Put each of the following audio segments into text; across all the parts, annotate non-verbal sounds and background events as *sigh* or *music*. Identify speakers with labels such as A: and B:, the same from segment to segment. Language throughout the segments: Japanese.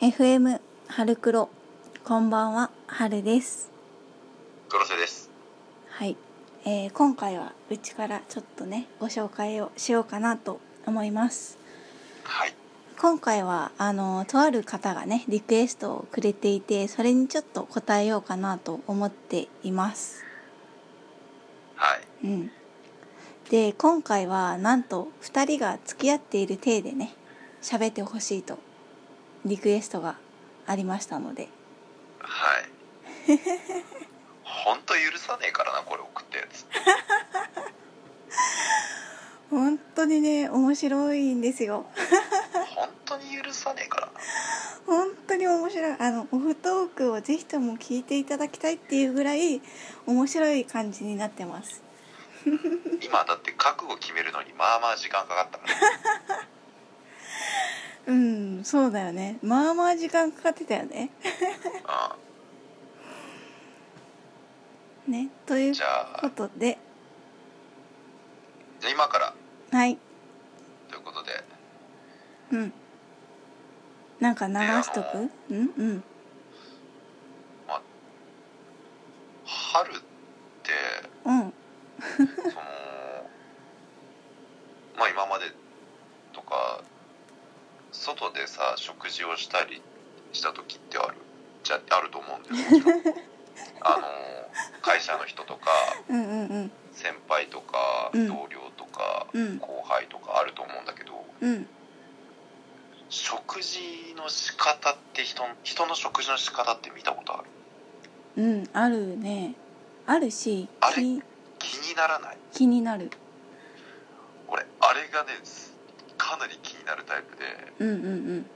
A: FM 春黒こんばんは春です
B: 黒瀬です。
A: はい、えー今回はうちからちょっとねご紹介をしようかなと思います
B: はい。
A: 今回はあのとある方がねリクエストをくれていてそれにちょっと答えようかなと思っています
B: はい。
A: うんで今回はなんと2人が付き合っている体でね喋ってほしいとリクエストがありましたので
B: はい。ほんと許さねえからな、これ送ったや *laughs* つ。
A: 本当にね面白いんですよ
B: ほんとに許さねえからな。
A: 本当に面白いあのオフトークをぜひとも聞いていただきたいっていうぐらい面白い感じになってます
B: 今だって覚悟決めるのにまあまあ時間かかったからね。
A: うんそうだよねまあまあ時間かかってたよね
B: *laughs*
A: ねという
B: うん。じゃ
A: こ
B: あ、
A: とで
B: じゃあ今から
A: はい
B: ということで、
A: うんなんか流しとくうんうん
B: まあ、春って、
A: うん
B: その、まあ今までとか、外でさ、食事をしたりした時ってある、じゃあると思うんですよ。
A: *laughs*
B: もちろんあの、会社の人とか、
A: うんうんうん
B: 先輩とか
A: うん
B: 同僚とか
A: うん
B: 後輩とかあると思うんだけど、
A: うん
B: 食事の仕方って人の人の食事の仕方って見たことある
A: うんあるねあるし
B: あれ
A: 気
B: 気にならない
A: 気になる
B: 俺あれがねすかなり気になるタイプで
A: うんうん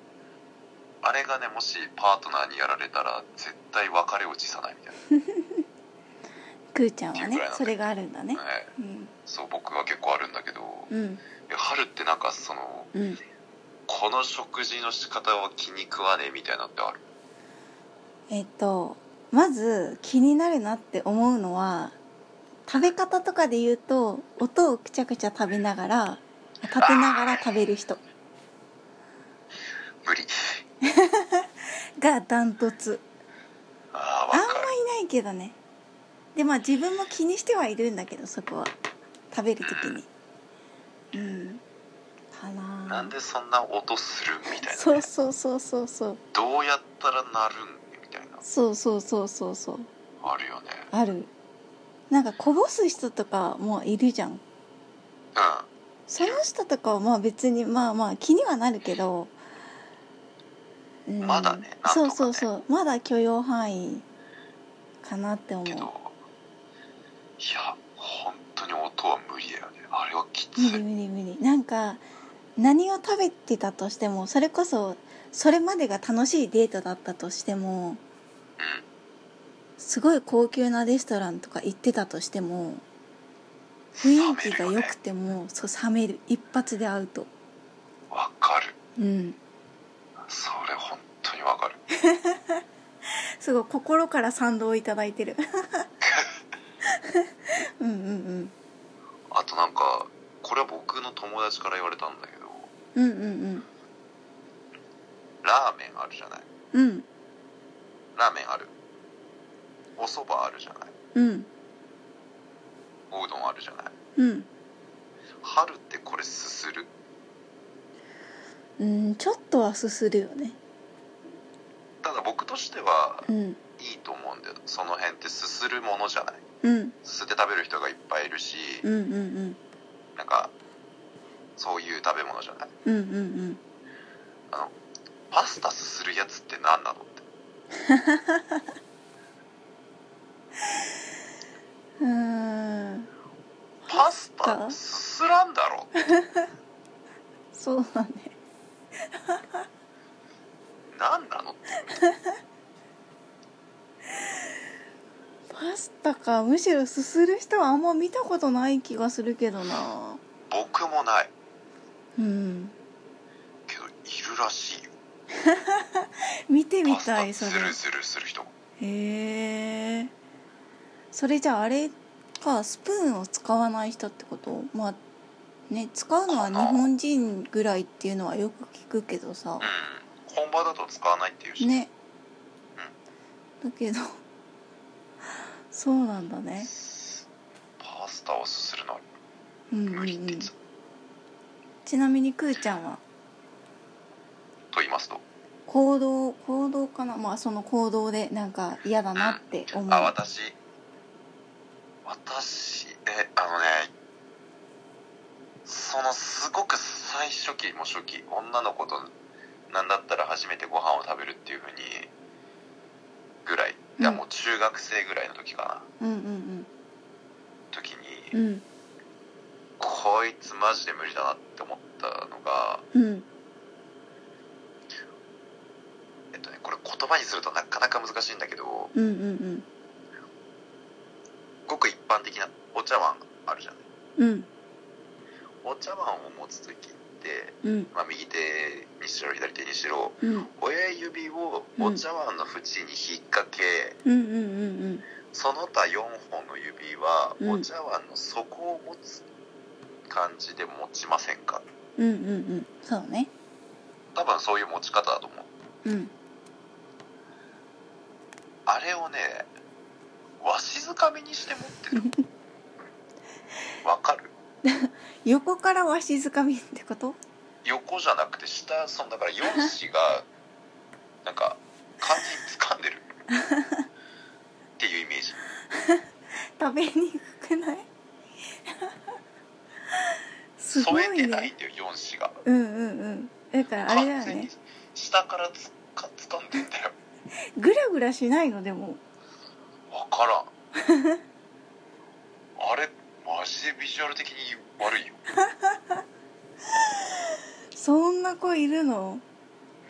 B: あれがねもしパートナーにやられたら絶対別れを辞さないみたい
A: うんくーちゃんは
B: って
A: ね
B: いうぐらいなんだ
A: それがあるんだね *laughs*
B: な、ね、
A: うん
B: そう僕は結構あるんだけど
A: うん
B: いや春ってなんかその
A: うん
B: この食事の仕方は気に食わねえみたいなのってある
A: えっとまず気になるなって思うのは食べ方とかで言うと音をくちゃくちゃ食べながら立てながら食べる人
B: 無理
A: がダントツ
B: あ
A: あん
B: あ
A: ま
B: 分かる
A: いないけどねでまあ自分も気にしてはいるんだけどそこは食べる時にうんかな
B: なんでそんな音するみたいな、ね、
A: そうそうそうそうそう
B: どうやったらなるんみたいな
A: そうそうそうそうそう
B: あるよね
A: あるなんかこぼす人とかもいるじゃん
B: う
A: その人とかはまあ別にまあまあ気にはなるけど、うん
B: まだねなんとか
A: そ
B: ね
A: うそうそうまだ許容範囲かなって思
B: んけどいや
A: う
B: 本当に音は無理だよねあれはきつ
A: 無
B: い
A: 理無理無理なんか何を食べてたとしてもそれこそそれまでが楽しいデートだったとしてもすごい高級なレストランとか行ってたとしても雰囲気が良くてもそう冷める一発でアウト
B: わかる
A: うん
B: それ本当にわかる
A: すごい心から賛同いただいてるうんうん
B: あとなんかこれは僕の友達から言われたんだけど
A: うんうんうん
B: ラーメンあるじゃない
A: うんうん
B: ラーメンあるお蕎麦あるじゃない
A: うん
B: おうどんあるじゃない
A: うん
B: 春ってこれすする
A: うんちょっとはすするよね
B: ただ僕としては
A: うん
B: いいと思うんだよその辺ってすするものじゃない
A: うん
B: すすって食べる人がいっぱいいるし、
A: うんうんうん
B: なんかそういう食べ物じゃない
A: うんうんうん
B: パスタすするやつって何なのって
A: うーん
B: パスタすすらんだろって
A: そうだね
B: 何なのって
A: パスタかむしろすする人はあんま見たことない気がするけどな
B: 僕もない
A: うん
B: けどいるらしいよ
A: 見てみ
B: パス
A: たい
B: タ
A: そ
B: す
A: れ
B: るするする人
A: へえそれじゃああれかスプーンを使わない人ってことまあね使うのは日本人ぐらいっていうのはよく聞くけどさ
B: うん本場だと使わないっていうし、
A: ねだけどそうなんだね
B: パスタをすするのは
A: うんうんう
B: 無理って言
A: ん
B: ってた
A: ちなみにくーちゃんは
B: と言いますと
A: 行動行動かなまあその行動でなんか嫌だなって思う
B: あ私私えあのねそのすごく最初期も初期女の子となんだったら初めてご飯を食べるっていうふうにぐらいいや
A: うん
B: もう中学生ぐらいの時かな、
A: うんうん
B: 時
A: う
B: に、
A: ん
B: こいつマジで無理だなって思ったのが
A: うんうん
B: えっとねこれ言葉にするとなかなか難しいんだけど
A: うんうん
B: ごく一般的なお茶碗あるじゃない
A: うんうん
B: お茶碗を持つ時って
A: うん
B: まあ、右手にしろ左手にしろ
A: うん
B: 親指をお茶碗の縁に引っ掛け、
A: うんうんうん
B: その他4本の指は
A: うん
B: お茶碗の底を持つ感じで持ちませんか
A: うんうんうんうんそうね
B: 多分そういう持ち方だと思う
A: うん
B: あれをねわしづかみにして持ってる
A: *laughs*
B: わかる
A: 横からわしづかみってこと
B: 横じゃなくて下そのだから4子
A: *laughs*
B: がなんか完全に掴んでるっていうイメージ
A: 食べにくくない *laughs* すご
B: 添
A: い
B: えてない
A: ね
B: んだよ4子が。
A: うんうんうんだからあれだよ
B: 完全に
A: ね
B: 下からつか掴んでんだよ
A: グラグラしないのでも
B: わからん
A: *laughs*
B: あれマジでビジュアル的に悪いよ
A: そんな子いるの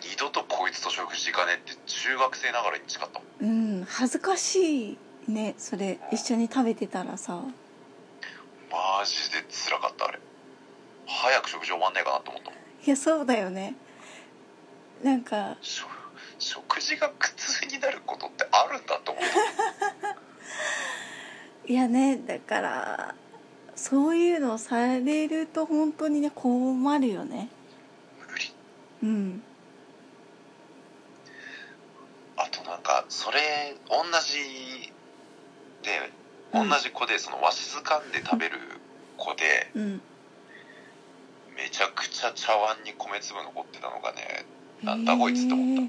B: 二度とこいつと食事行かねえって中学生ながらに誓ったもん
A: うん恥ずかしいねそれ一緒に食べてたらさ
B: マジで辛かったあれ早く食事終わんねえかなと思ったもん
A: いやそうだよねなんか
B: しょ食事が苦痛になることってあるんだと思った
A: いやねだからそういうのをされると本当にね困るよね
B: 無理
A: うん
B: あとなんかそれ同じで
A: う
B: 同
A: ん
B: じ子でそのわしづかんで食べる子で、
A: うん
B: めちゃくちゃ茶碗に米粒残ってたのがねなんだこいつって思った
A: へえ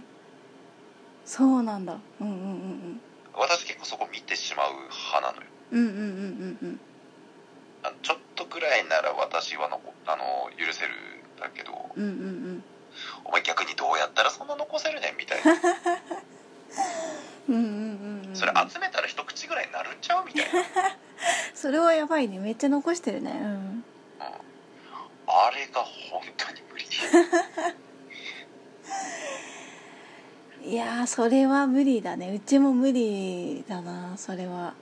A: そうなんだうんうんうん
B: 私結構そこ見てしまう派なのよ
A: うんうんうんうんうん
B: あのちょっとぐらいなら私はのこあの許せるんだけど
A: うんうんうん
B: お前逆にどうやったらそんな残せるねんみたい
A: *laughs*
B: な
A: うんうんうんうん
B: それ集めたら一口ぐらいになるんちゃうみたいな、うん、
A: それはやばいねめっちゃ残してるねうん
B: あれが本当に無理
A: いやーそれは無理だねうちも無理だなそれは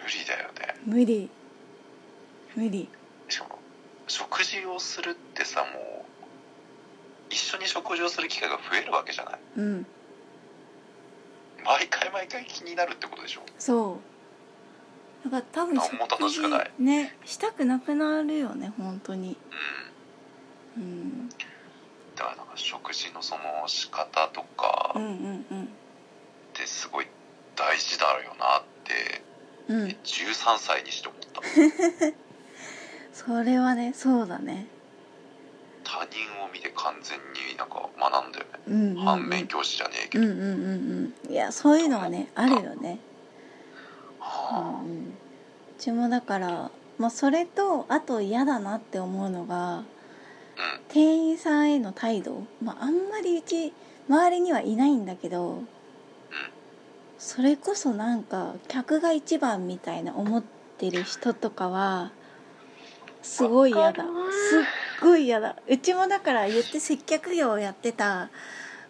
B: 無理だよね
A: 無理無理
B: しかも食事をするってさもう一緒に食事をする機会が増えるわけじゃない
A: うん
B: 毎回毎回気になるってことでしょ
A: そうだから多分
B: あもう楽しくない
A: 食事ねしたくなくなるよね本当に
B: うん
A: うん
B: だからなんか食事のその仕方とか
A: うん
B: っ
A: うんうん
B: てすごい大事だよなって
A: うん
B: 13歳にして
A: *laughs*
B: 思った
A: それはねそうだね
B: 他人を見て完全になんか学んだよね
A: うんうん、うん、
B: 反面教師じゃねえけ
A: うん
B: ど、
A: うんうんうんいやそういうのはねあるよね
B: は
A: うんうんうちもだから、まあ、それとあと嫌だなって思うのが
B: あ
A: 店員さんへの態度、まあ、あんまりうち周りにはいないんだけどそれこそなんか客が一番みたいな思ってる人とかはすごい嫌だすっごい嫌だうちもだから言って接客業をやってた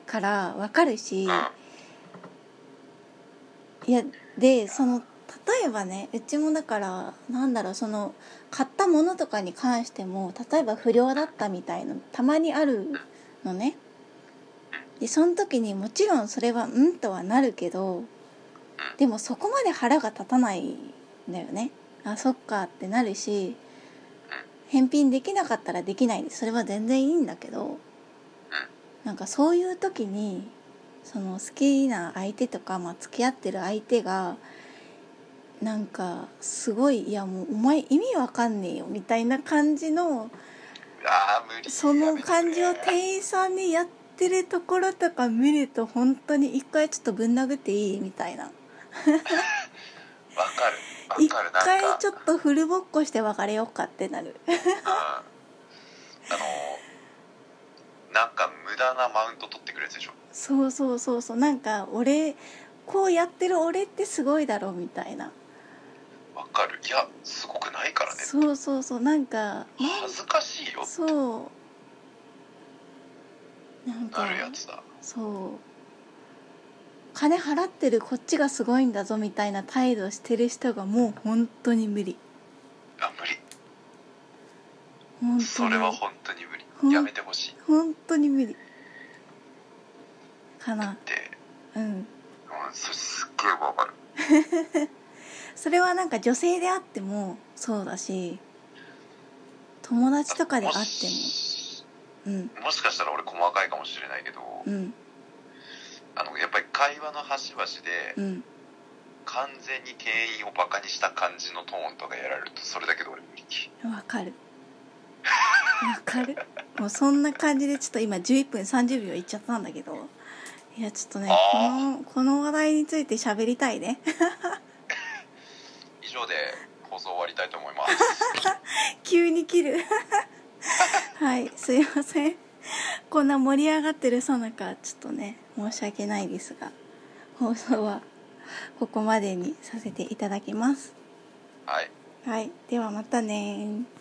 A: からわかるし
B: うんうん
A: いやでその例えばねうちもだからなんだろうその買ったものとかに関しても例えば不良だったみたいのたまにあるのねでその時にもちろんそれはうんとはなるけどでもそこまで腹が立たないんだよねあそっかってなるし返品できなかったらできないでそれは全然いいんだけどなんかそういう時にその好きな相手とか、まあ、付き合ってる相手がなんかすごい「いやもうお前意味わかんねえよ」みたいな感じの
B: あー無理
A: その感じを
B: て
A: 店員さんにやってるところとか見ると本当に一回ちょっとぶん殴っていいみたいな
B: わかるわ
A: 一
B: かるなんか
A: 回ちょっとフルぼっこして別れようかってなる
B: うんあのなんか無駄なマウント取ってくるやつでしょ
A: そうそうそうそうなんか俺こうやってる俺ってすごいだろみたいな
B: わかるいやすごくないからね
A: そうそうそうなんか
B: 恥ずかしいよって
A: そうなんか
B: なるやつだ
A: そう金払ってるこっちがすごいんだぞみたいな態度してる人がもう本当に無理
B: あ無理
A: 本
B: そ
A: 当に
B: れは本当に無理、
A: うん
B: やめてほしいっ
A: 本当に無理かな
B: て、
A: うん
B: うん、それすっげえわかる
A: それはなんか女性であってもそうだし友達とかであっ
B: もし
A: ても
B: もしかしたら俺細かいかもしれないけど、
A: うんうん
B: あのやっぱり会話の端々
A: う
B: で
A: ん
B: 完全に店員をバカにした感じのトーンとかやられるとそれだけで俺無理
A: わかるわかるもうそんな感じでちょっと今11分30秒いっちゃったんだけどいやちょっとねこ
B: あ
A: のこの話題について喋りたいね *laughs*
B: 以上で放送終わりたいと思います
A: *laughs* 急に切る *laughs* はいすいませんこんな盛り上がってるさなかちょっとね申し訳ないですが放送はここまでにさせていただきます
B: はい
A: はいではまたねー